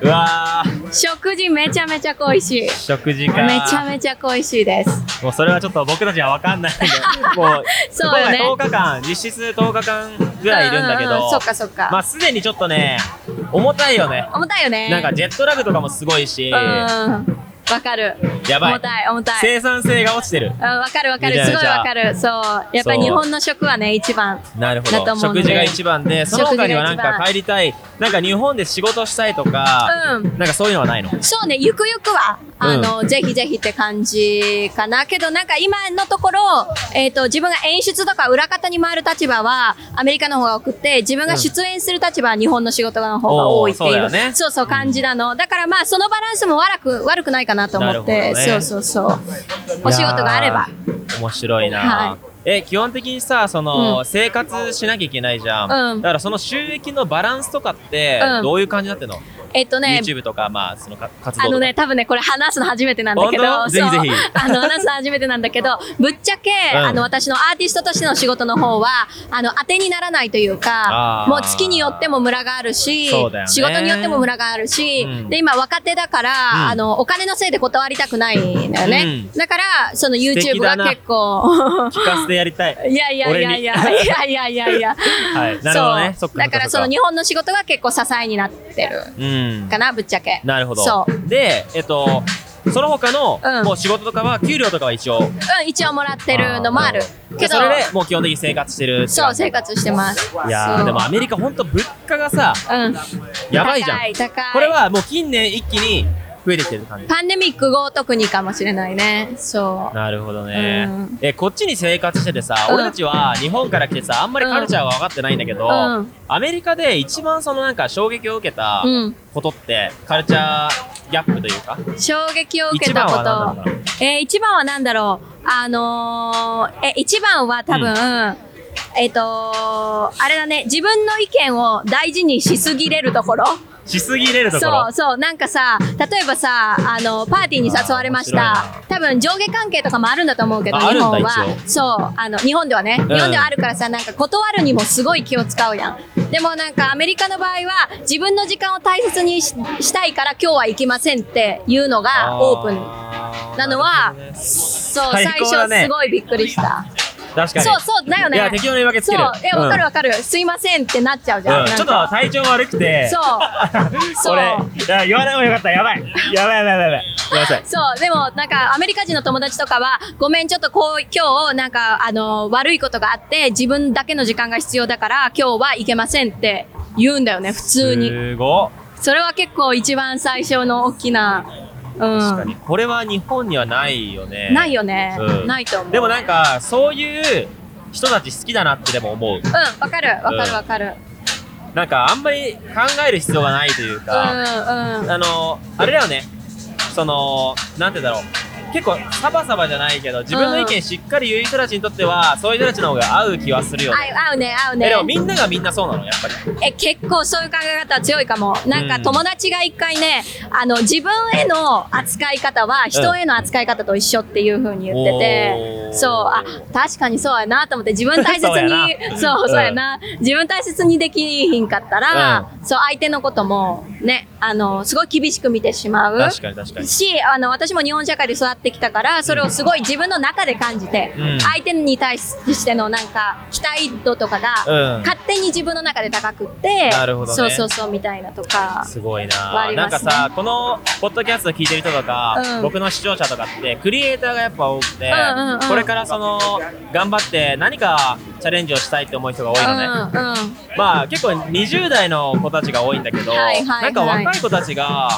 [SPEAKER 1] うわー
[SPEAKER 2] 食事めちゃめちゃ恋しい。め
[SPEAKER 1] 食事か
[SPEAKER 2] ちゃめちゃ恋しいです。
[SPEAKER 1] もうそれはちょっと僕たちには分かんない んでもう
[SPEAKER 2] そうよね
[SPEAKER 1] 僕は10日間実質10日間ぐらいいるんだけど、
[SPEAKER 2] うううそっかそっか。
[SPEAKER 1] まあすでにちょっとね重たいよね
[SPEAKER 2] 重たいよね。
[SPEAKER 1] なんかジェットラグとかもすごいし、
[SPEAKER 2] うん。わかる。
[SPEAKER 1] やばい
[SPEAKER 2] 重たい、重たい。
[SPEAKER 1] 生産性が落ちてる
[SPEAKER 2] うん、わかるわか
[SPEAKER 1] め
[SPEAKER 2] る。
[SPEAKER 1] ちゃ
[SPEAKER 2] す
[SPEAKER 1] めち
[SPEAKER 2] ご
[SPEAKER 1] ゃ
[SPEAKER 2] いわかる。そう。やっぱ
[SPEAKER 1] そ
[SPEAKER 2] り
[SPEAKER 1] う
[SPEAKER 2] 日本の食はね、一番。
[SPEAKER 1] なるほ
[SPEAKER 2] だと
[SPEAKER 1] ど
[SPEAKER 2] 思うんで
[SPEAKER 1] 食事が一番でその他にはなん
[SPEAKER 2] 食事が一
[SPEAKER 1] か
[SPEAKER 2] 番
[SPEAKER 1] 帰りたいなんか日本で仕事したいとか、
[SPEAKER 2] うん。
[SPEAKER 1] なんかそういうのはないの
[SPEAKER 2] そうね、ゆくゆくは、あの、ぜひぜひって感じかな。けどなんか今のところ、えっ、と、自分が演出とか裏方に回る立場は、アメリカの方が多くて、自分が出演する立場は日本の仕事の方が多いってい
[SPEAKER 1] お
[SPEAKER 2] う。
[SPEAKER 1] ーそうだよね
[SPEAKER 2] そうそう感じなの。だからまあ、そのバランスも悪く、悪くないかなと思って、
[SPEAKER 1] なるほどね
[SPEAKER 2] そうそうそう。お仕事があれば。
[SPEAKER 1] いやー面白いな、
[SPEAKER 2] はい
[SPEAKER 1] え基本的にさその、
[SPEAKER 2] う
[SPEAKER 1] 生活しなきゃいけないじゃん、
[SPEAKER 2] うん
[SPEAKER 1] だからその収益のバランスとかって
[SPEAKER 2] うん
[SPEAKER 1] どういう感じになってんの、
[SPEAKER 2] えっ、とね、
[SPEAKER 1] YouTube とかまあそのか活動
[SPEAKER 2] あ
[SPEAKER 1] とか
[SPEAKER 2] のね、多分ね、これ話すの初めてなんだけど、
[SPEAKER 1] 本当ぜひぜひ
[SPEAKER 2] そうあの、話すの初めてなんだけど、 ぶっちゃけ、
[SPEAKER 1] うん
[SPEAKER 2] あの、私のアーティストとしての仕事の方は、あの、当てにならないという
[SPEAKER 1] あ、
[SPEAKER 2] か
[SPEAKER 1] ー
[SPEAKER 2] もう月によってもムラがあるし、
[SPEAKER 1] そうだよね
[SPEAKER 2] 仕事によってもムラがあるし、
[SPEAKER 1] うん
[SPEAKER 2] で、今若手だから、あの、お金のせいで断りたくないんだよね。だから、その
[SPEAKER 1] 素
[SPEAKER 2] YouTube
[SPEAKER 1] 敵だ
[SPEAKER 2] が
[SPEAKER 1] な
[SPEAKER 2] 結構、
[SPEAKER 1] 聞かせてやりたい
[SPEAKER 2] いやいやいやいや、いやいやいやいや。
[SPEAKER 1] はいなるほどね
[SPEAKER 2] そ
[SPEAKER 1] そうっかそっかそっか
[SPEAKER 2] だからその日本の仕事が結構支えになってる
[SPEAKER 1] うん
[SPEAKER 2] かな、ぶっちゃけ。
[SPEAKER 1] なるほど
[SPEAKER 2] そう。
[SPEAKER 1] でえっとその他の、
[SPEAKER 2] うん
[SPEAKER 1] もう仕事とかは給料とかは一応
[SPEAKER 2] うん、一応もらってるのもある
[SPEAKER 1] あー。
[SPEAKER 2] けど、
[SPEAKER 1] それでもう基本的に生活してるって
[SPEAKER 2] そう、
[SPEAKER 1] 感じ
[SPEAKER 2] 生活してます。
[SPEAKER 1] いやー
[SPEAKER 2] そう
[SPEAKER 1] でもアメリカ本当物価がさ
[SPEAKER 2] うん。
[SPEAKER 1] やばいじゃん
[SPEAKER 2] 高い、高い。
[SPEAKER 1] これはもう近年一気に増えてきてる感じ
[SPEAKER 2] パンデミック後特にかもしれないね。そ
[SPEAKER 1] なるほどね、
[SPEAKER 2] うん
[SPEAKER 1] えこっちに生活しててさ、
[SPEAKER 2] うん
[SPEAKER 1] 俺たちは日本から来てさあんまりカルチャーは分かってないんだけど、
[SPEAKER 2] うん
[SPEAKER 1] アメリカで一番そのなんか衝撃を受けた
[SPEAKER 2] う。うん。
[SPEAKER 1] ことって、カルチャーギャップというか
[SPEAKER 2] 衝撃を受けたこ
[SPEAKER 1] 一番は何な
[SPEAKER 2] と
[SPEAKER 1] んだろう。
[SPEAKER 2] えー、一番は何だろう。あのー、え、一番は多分、
[SPEAKER 1] う
[SPEAKER 2] えっ、とあれだね、自分の意見を大事にしすぎれるところ。
[SPEAKER 1] しすぎれるところ
[SPEAKER 2] そうそうなんかさ例えばさあのパーティーに誘われました多分上下関係とかもあるんだと思うけど
[SPEAKER 1] ああ
[SPEAKER 2] 日
[SPEAKER 1] るんだ
[SPEAKER 2] 本は
[SPEAKER 1] 一
[SPEAKER 2] そうあの日本ではね日本ではあるからさなんか断るにもすごい気を使うやんでもなんかアメリカの場合は自分の時間を大切にししたいから今日は行きませんっていうのがオープン
[SPEAKER 1] ン
[SPEAKER 2] なのはそう最
[SPEAKER 1] 最高だね
[SPEAKER 2] 初すごいびっくりした
[SPEAKER 1] 確かに
[SPEAKER 2] そうそうだよね
[SPEAKER 1] いや適当に負けつ
[SPEAKER 2] そ
[SPEAKER 1] け
[SPEAKER 2] う
[SPEAKER 1] る
[SPEAKER 2] えわかるわかるすいませんってなっちゃうじ
[SPEAKER 1] うん
[SPEAKER 2] ゃん
[SPEAKER 1] うん
[SPEAKER 2] なん
[SPEAKER 1] ちょっと
[SPEAKER 2] か
[SPEAKER 1] 体調悪くて
[SPEAKER 2] そうそう
[SPEAKER 1] 俺いや言わない方がよかったやばいやばいやばいやばいやばいごめんなさい
[SPEAKER 2] そう、でもなんかアメリカ人の友達とかは、ごめん、ちょっとこう、今日、なんか、あの、悪いことがあって、自分だけの時間が必要だから、今日は行けませんって言うんだよね、普通に。
[SPEAKER 1] すごっ
[SPEAKER 2] それは結構一番最初の大きな、
[SPEAKER 1] 確
[SPEAKER 2] う
[SPEAKER 1] か
[SPEAKER 2] ん。
[SPEAKER 1] にこれは日本にはないよね
[SPEAKER 2] ないよね、
[SPEAKER 1] うん
[SPEAKER 2] ないと思う。
[SPEAKER 1] でもなんかそういう人たち好きだなってでも思う
[SPEAKER 2] うん、わかる、わかる、わかる。
[SPEAKER 1] なんかあんまり考える必要がないというか、
[SPEAKER 2] うん、うん。
[SPEAKER 1] あのあれだよねそのなんて言うんだろう結構サバサバじゃないけど自分の意見しっかり言う人たちにとっては、そういう人たちの方が合う気はするよね
[SPEAKER 2] 合う合うね、合う
[SPEAKER 1] え
[SPEAKER 2] ね
[SPEAKER 1] で。もみんながみんなそうなのやっぱり
[SPEAKER 2] え結構そういう考え方は強いかもなん
[SPEAKER 1] う
[SPEAKER 2] か
[SPEAKER 1] ん
[SPEAKER 2] 友達が一回ねあの自分への扱い方は人への扱い方と一緒っていう風に言ってて、
[SPEAKER 1] おー
[SPEAKER 2] そうあ確かにそうやなと思って自分大切
[SPEAKER 1] そうやな
[SPEAKER 2] に そううんそうやな、自分大切にできひんかったら、そう相手のこともねあのすごい厳しく見てしまう
[SPEAKER 1] 確かに確かに
[SPEAKER 2] しあの私も日本社会で育ってきたからそれをすごい自分の中で感じて、
[SPEAKER 1] うん
[SPEAKER 2] 相手に対してのなんか期待度とかが、
[SPEAKER 1] うん
[SPEAKER 2] 勝手に自分の中で高くって
[SPEAKER 1] なるほどね
[SPEAKER 2] そうそうそうみたいなとか
[SPEAKER 1] すごいな、
[SPEAKER 2] 割り
[SPEAKER 1] なん
[SPEAKER 2] ま
[SPEAKER 1] か
[SPEAKER 2] すね
[SPEAKER 1] さこのポッドキャスト聞いてる人とか、
[SPEAKER 2] うん
[SPEAKER 1] 僕の視聴者とかってクリエイターがやっぱ多くて、
[SPEAKER 2] うんうんうん
[SPEAKER 1] これからその頑張って何かチャレンジをしたいって思う人が多いのね、
[SPEAKER 2] うんうん
[SPEAKER 1] まあ結構20代の子たちが多いんだけど、
[SPEAKER 2] はいはいはい
[SPEAKER 1] なんか若い子たちが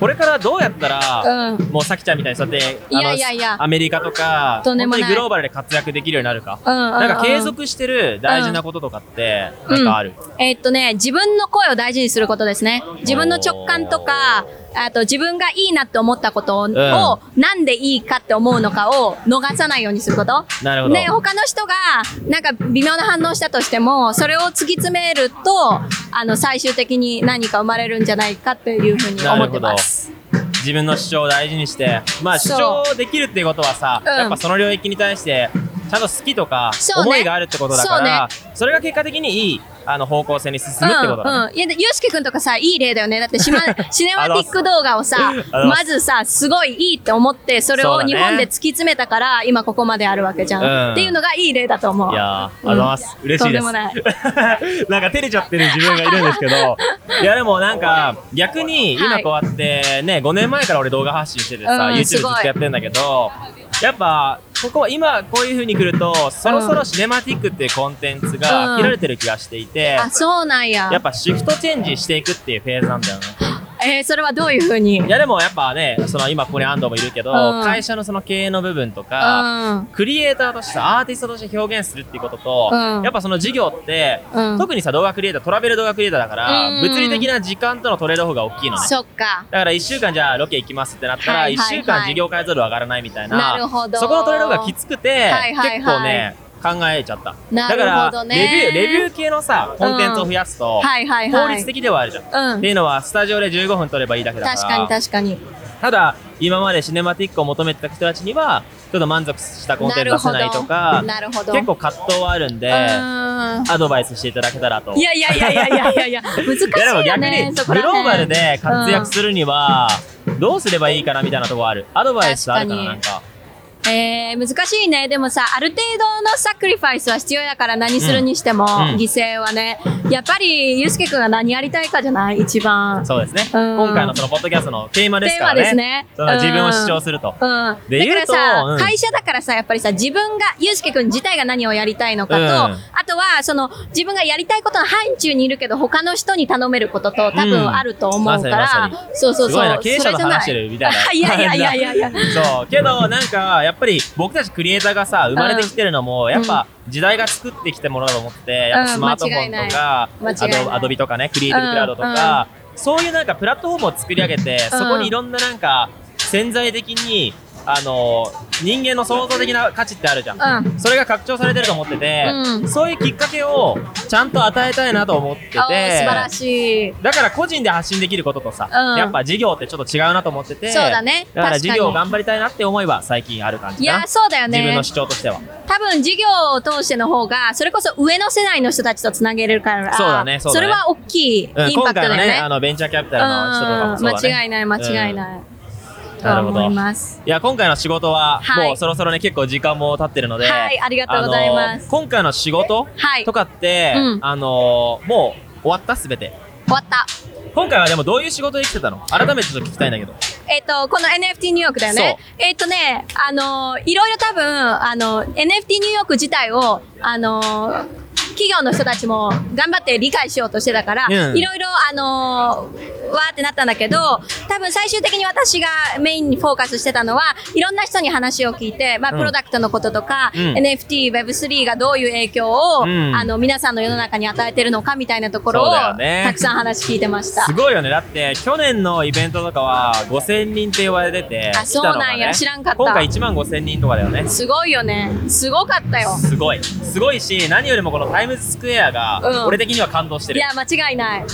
[SPEAKER 1] これからどうやったら、
[SPEAKER 2] うん
[SPEAKER 1] もうさきちゃんみたいにそうやってあの
[SPEAKER 2] いやいやいや
[SPEAKER 1] アメリカとか
[SPEAKER 2] とんでもない
[SPEAKER 1] 本当にグローバルで活躍できるようになるか、
[SPEAKER 2] うんうんうん
[SPEAKER 1] なんか継続してる大事なこととかってなんかある、
[SPEAKER 2] えーっとね自分の声を大事にすることですね自分の直感とかあと自分がいいなって思ったことを、
[SPEAKER 1] ん
[SPEAKER 2] なんでいいかって思うのかを逃さないようにすること
[SPEAKER 1] なるほど
[SPEAKER 2] で他の人がなんか微妙な反応したとしてもそれを突き詰めるとあの最終的に何か生まれるんじゃないかっていうふうに思ってます
[SPEAKER 1] 自分の主張を大事にしてまあ主
[SPEAKER 2] そう
[SPEAKER 1] 張できるっていうことはさ、
[SPEAKER 2] うん
[SPEAKER 1] やっぱその領域に対してちゃんと好きとか
[SPEAKER 2] そうね
[SPEAKER 1] 思いがあるってことだからそ,、れが結果的にいいあの方向性に進むってことだね、
[SPEAKER 2] うんうん、いやでゆうすけくんとかさいい例だよねだっ てシマシネマティック動画を
[SPEAKER 1] あ
[SPEAKER 2] さ
[SPEAKER 1] りがとうございます
[SPEAKER 2] まずさすごいいいって思ってそれ
[SPEAKER 1] そう
[SPEAKER 2] を
[SPEAKER 1] だね
[SPEAKER 2] 日本で突き詰めたから、今ここまであるわけじゃん、
[SPEAKER 1] うん
[SPEAKER 2] っていうのがいい例だと思う
[SPEAKER 1] いやー、ありがとうございます。嬉しいです。
[SPEAKER 2] とんでも ない
[SPEAKER 1] なんか照れちゃってる自分がいるんですけど、いやでもなんか逆に
[SPEAKER 2] は
[SPEAKER 1] 今
[SPEAKER 2] い
[SPEAKER 1] こうやってね、5年前から俺動画発信しててさ、
[SPEAKER 2] うん
[SPEAKER 1] YouTube ず
[SPEAKER 2] す
[SPEAKER 1] っと
[SPEAKER 2] ごい
[SPEAKER 1] やってるんだけど、やっぱここ今こういう風に来ると、そろそろシネマティックっていうコンテンツ
[SPEAKER 2] う
[SPEAKER 1] が
[SPEAKER 2] ん
[SPEAKER 1] 切られてる気がしていて、
[SPEAKER 2] あそうなんや
[SPEAKER 1] やっぱシフトチェンジしていくっていうフェーズなんだよね。
[SPEAKER 2] えーそれはどういうふうに
[SPEAKER 1] いやでもやっぱね、その今ここに安藤もいるけど、
[SPEAKER 2] うん
[SPEAKER 1] 会社のその経営の部分とか、
[SPEAKER 2] うん
[SPEAKER 1] クリエイターとしてアーティストとして表現するっていうことと、
[SPEAKER 2] うん
[SPEAKER 1] やっぱその事業って、
[SPEAKER 2] うん
[SPEAKER 1] 特にさ動画クリエイタートラベル動画クリエイターだから、
[SPEAKER 2] うん
[SPEAKER 1] 物理的な時間とのトレードオフが大きいのね
[SPEAKER 2] そっか
[SPEAKER 1] だから1週間じゃあロケ行きますってなったら
[SPEAKER 2] はい
[SPEAKER 1] 1
[SPEAKER 2] はいはい
[SPEAKER 1] 週間事業解像度上がらないみたいな,、
[SPEAKER 2] なるほど
[SPEAKER 1] そこのトレードオフがきつくて、
[SPEAKER 2] はいはいはい
[SPEAKER 1] 結構ね考えちゃった
[SPEAKER 2] な
[SPEAKER 1] だか
[SPEAKER 2] るほ
[SPEAKER 1] ら
[SPEAKER 2] ど
[SPEAKER 1] レ
[SPEAKER 2] ね
[SPEAKER 1] ビューレビュー系のさコンテンツを増やすと、
[SPEAKER 2] はいはい
[SPEAKER 1] 効
[SPEAKER 2] はい
[SPEAKER 1] 率的ではあるじゃん、
[SPEAKER 2] うん
[SPEAKER 1] っていうのはスタジオで15分撮ればいいだけだから
[SPEAKER 2] 確かに確かに
[SPEAKER 1] ただ今までシネマティックを求めてた人たちにはちょっと満足したコンテンツ出せないとか
[SPEAKER 2] なるほどなるほど
[SPEAKER 1] 結構葛藤はあるんで
[SPEAKER 2] うん
[SPEAKER 1] アドバイスしていただけたらと
[SPEAKER 2] いやいやいやいやいや いやいや難しい
[SPEAKER 1] いやでも
[SPEAKER 2] よ
[SPEAKER 1] 逆
[SPEAKER 2] ね
[SPEAKER 1] に
[SPEAKER 2] そこら辺
[SPEAKER 1] グローバルで活躍するにはどうすればいいかなみたいなとこあるアドバイスあるかななん
[SPEAKER 2] 確
[SPEAKER 1] か
[SPEAKER 2] えー、難しいね。でもさ、ある程度のサクリファイスは必要だから何するにしても、
[SPEAKER 1] ん
[SPEAKER 2] 犠牲はね。やっぱり、ゆうすけくんが何やりたいかじゃない一番。
[SPEAKER 1] そうですね
[SPEAKER 2] うん
[SPEAKER 1] 今回のそのポッドキャストのテーマですから
[SPEAKER 2] テーマですね
[SPEAKER 1] ねその自分
[SPEAKER 2] う
[SPEAKER 1] を
[SPEAKER 2] ん
[SPEAKER 1] 主張すると
[SPEAKER 2] うん。
[SPEAKER 1] で
[SPEAKER 2] だから
[SPEAKER 1] 言う
[SPEAKER 2] さ、
[SPEAKER 1] とうん
[SPEAKER 2] 会社だからさ、やっぱりさ、自分が、ゆうすけくん自体が何をやりたいのかと、
[SPEAKER 1] うん
[SPEAKER 2] あとは、その、自分がやりたいことの範疇にいるけど、他の人に頼めることと多
[SPEAKER 1] うん
[SPEAKER 2] 分あると思うか
[SPEAKER 1] まさ
[SPEAKER 2] ら、
[SPEAKER 1] にまさ
[SPEAKER 2] そうそうそう。
[SPEAKER 1] すごいな経営者の話してるみたいな
[SPEAKER 2] いやいやいやいやいや。
[SPEAKER 1] そうけどなんかやっぱり僕たちクリエイターがさ生まれてきてるのもやっぱ時代が作ってきたものだと思ってやっぱスマートフォンとか
[SPEAKER 2] うん間違いない間違いない
[SPEAKER 1] アドビとかねクリエイティブクラウドとかそういうなんかプラットフォームを作り上げてそこにいろんななんか潜在的にあの人間の創造的な価値ってあるじゃん、
[SPEAKER 2] う
[SPEAKER 1] それが拡張されてると思ってて、
[SPEAKER 2] うん
[SPEAKER 1] そういうきっかけをちゃんと与えたいなと思ってて
[SPEAKER 2] あー素晴らしい。
[SPEAKER 1] だから個人で発信できることとさ、
[SPEAKER 2] うん
[SPEAKER 1] やっぱ事業ってちょっと違うなと思ってて
[SPEAKER 2] そうだね
[SPEAKER 1] だから
[SPEAKER 2] 確か
[SPEAKER 1] 事
[SPEAKER 2] に
[SPEAKER 1] 業を頑張りたいなって思いは最近ある感じ
[SPEAKER 2] い
[SPEAKER 1] かな
[SPEAKER 2] や、そうだよ
[SPEAKER 1] 自分
[SPEAKER 2] ね
[SPEAKER 1] の。主張としては
[SPEAKER 2] 多分事業を通しての方が、それこそ上の世代の人たちとつなげれるから、
[SPEAKER 1] そうだねそうだね
[SPEAKER 2] れは大きいイン
[SPEAKER 1] うん
[SPEAKER 2] パ
[SPEAKER 1] 今
[SPEAKER 2] ク
[SPEAKER 1] 回
[SPEAKER 2] トだよ
[SPEAKER 1] のね
[SPEAKER 2] ね。
[SPEAKER 1] あのベンチャーキャピタルの人とかも
[SPEAKER 2] う
[SPEAKER 1] そ
[SPEAKER 2] ん
[SPEAKER 1] うだね
[SPEAKER 2] 間違いない、間違いない。と
[SPEAKER 1] なるほど
[SPEAKER 2] 思います。
[SPEAKER 1] いや今回の仕事は、
[SPEAKER 2] はい
[SPEAKER 1] もうそろそろね結構時間も経ってるので、
[SPEAKER 2] はいありがとうございます
[SPEAKER 1] あの今回の仕事
[SPEAKER 2] はい
[SPEAKER 1] とかって、
[SPEAKER 2] うん
[SPEAKER 1] あのもう終わったすべて
[SPEAKER 2] 終わった。
[SPEAKER 1] 今回はでもどういう仕事で来てたの改めてちょっと聞きたいんだけど
[SPEAKER 2] えっ、と、この NFT ニューヨークだよね。えっ、とね、あのーいろいろ多分、あの、NFT ニューヨーク自体を、あのー企業の人たちも頑張って理解しようとしてたから、
[SPEAKER 1] うん
[SPEAKER 2] いろいろ、あのーわーってなったんだけど、多分最終的に私がメインにフォーカスしてたのは、いろんな人に話を聞いて、まあ、
[SPEAKER 1] うん
[SPEAKER 2] プロダクトのこととか、
[SPEAKER 1] うん
[SPEAKER 2] NFT、Web3 がどういう影響を、
[SPEAKER 1] うん
[SPEAKER 2] あの、皆さんの世の中に与えてるのかみたいなところを、
[SPEAKER 1] そうだよね
[SPEAKER 2] たくさん話聞いてました
[SPEAKER 1] す。ごいよねだって去年のイベントとかは5000人って言われてて
[SPEAKER 2] あそうなんや
[SPEAKER 1] 来
[SPEAKER 2] 知らんかった
[SPEAKER 1] 今回1万5000人とかだよね
[SPEAKER 2] すごいよね。すごかったよ。
[SPEAKER 1] すごいすごいし何よりもこのタイムズスクエア
[SPEAKER 2] う
[SPEAKER 1] が
[SPEAKER 2] ん
[SPEAKER 1] 俺的には感動して
[SPEAKER 2] い
[SPEAKER 1] る、
[SPEAKER 2] や、間違いない。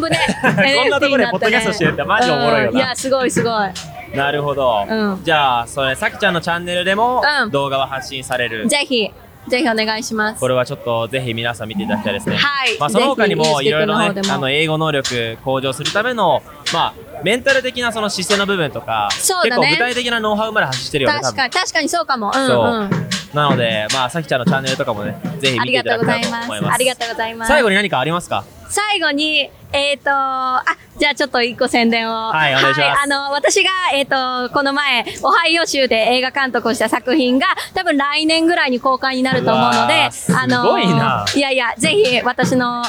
[SPEAKER 2] 部ね、
[SPEAKER 1] こんなとこで
[SPEAKER 2] NFT
[SPEAKER 1] ポッドキャストしてるってマジおもろいよな
[SPEAKER 2] うんいや、すごいすごい。
[SPEAKER 1] なるほど、
[SPEAKER 2] うん
[SPEAKER 1] じゃあそれさきちゃんのチャンネルでも
[SPEAKER 2] うん
[SPEAKER 1] 動画は発信される、
[SPEAKER 2] ぜひ、ぜひお願いします。
[SPEAKER 1] これはちょっとぜひ皆さん見ていただきたいですね。
[SPEAKER 2] はい
[SPEAKER 1] まあその他にも
[SPEAKER 2] ぜ
[SPEAKER 1] い
[SPEAKER 2] ひ
[SPEAKER 1] ろいろね
[SPEAKER 2] インスタグラムの方で、も
[SPEAKER 1] あの英語能力向上するためのまあメンタル的なその姿勢の部分とか、
[SPEAKER 2] そう
[SPEAKER 1] 結
[SPEAKER 2] だ
[SPEAKER 1] 構
[SPEAKER 2] ね
[SPEAKER 1] 具体的なノウハウまで発してるよね。
[SPEAKER 2] 確かに、確かにそうかも。うん
[SPEAKER 1] そう
[SPEAKER 2] う
[SPEAKER 1] 多
[SPEAKER 2] ん。
[SPEAKER 1] 分なのでまあさきちゃんのチャンネルとかもねぜひ
[SPEAKER 2] あ
[SPEAKER 1] 見
[SPEAKER 2] り
[SPEAKER 1] て
[SPEAKER 2] が
[SPEAKER 1] いた
[SPEAKER 2] と
[SPEAKER 1] だ
[SPEAKER 2] う
[SPEAKER 1] きたいと
[SPEAKER 2] ございます。
[SPEAKER 1] 思います。
[SPEAKER 2] ありがとうございます。
[SPEAKER 1] 最後に何かありますか？
[SPEAKER 2] 最後に、えっ、と、あ、じゃあちょっと一個宣伝を。
[SPEAKER 1] はいお願いします
[SPEAKER 2] あの、私が、えっ、と、この前、オハイオ州で映画監督をした作品が、多分来年ぐらいに公開になると思うの
[SPEAKER 1] う
[SPEAKER 2] で、
[SPEAKER 1] わーすごいな
[SPEAKER 2] あの、いやいや、ぜひ私の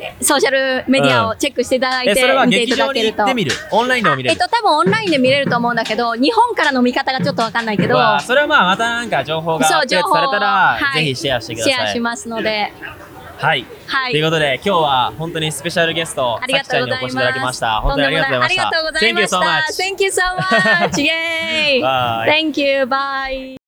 [SPEAKER 2] えソーシャルメディアをチェックしていただい
[SPEAKER 1] え
[SPEAKER 2] て、
[SPEAKER 1] それは
[SPEAKER 2] 見てい
[SPEAKER 1] 劇
[SPEAKER 2] た
[SPEAKER 1] 場
[SPEAKER 2] だ
[SPEAKER 1] に
[SPEAKER 2] ける
[SPEAKER 1] 行
[SPEAKER 2] と。
[SPEAKER 1] ってみる、オンラインでも見
[SPEAKER 2] え
[SPEAKER 1] れ
[SPEAKER 2] っ
[SPEAKER 1] る。
[SPEAKER 2] と、多分オンラインで見れると思うんだけど、日本からの見方がちょっとわかんないけど、
[SPEAKER 1] わあそれはまあまたなんか情報がアップデートされたら
[SPEAKER 2] はい
[SPEAKER 1] ぜひシェアしてください。
[SPEAKER 2] シェアしますので、
[SPEAKER 1] はい。
[SPEAKER 2] はい
[SPEAKER 1] ということで、今日は本当にスペシャルゲスト、
[SPEAKER 2] ありが
[SPEAKER 1] さきち
[SPEAKER 2] とう
[SPEAKER 1] ゃん
[SPEAKER 2] ご
[SPEAKER 1] にお
[SPEAKER 2] ざい
[SPEAKER 1] 越
[SPEAKER 2] ま
[SPEAKER 1] しい
[SPEAKER 2] す。
[SPEAKER 1] ただきました。本当にありがとうございました。
[SPEAKER 2] とんでもないありがとうございました。
[SPEAKER 1] Thank you so much.
[SPEAKER 2] Thank you so much. Yay.
[SPEAKER 1] Bye.
[SPEAKER 2] Thank you. Bye.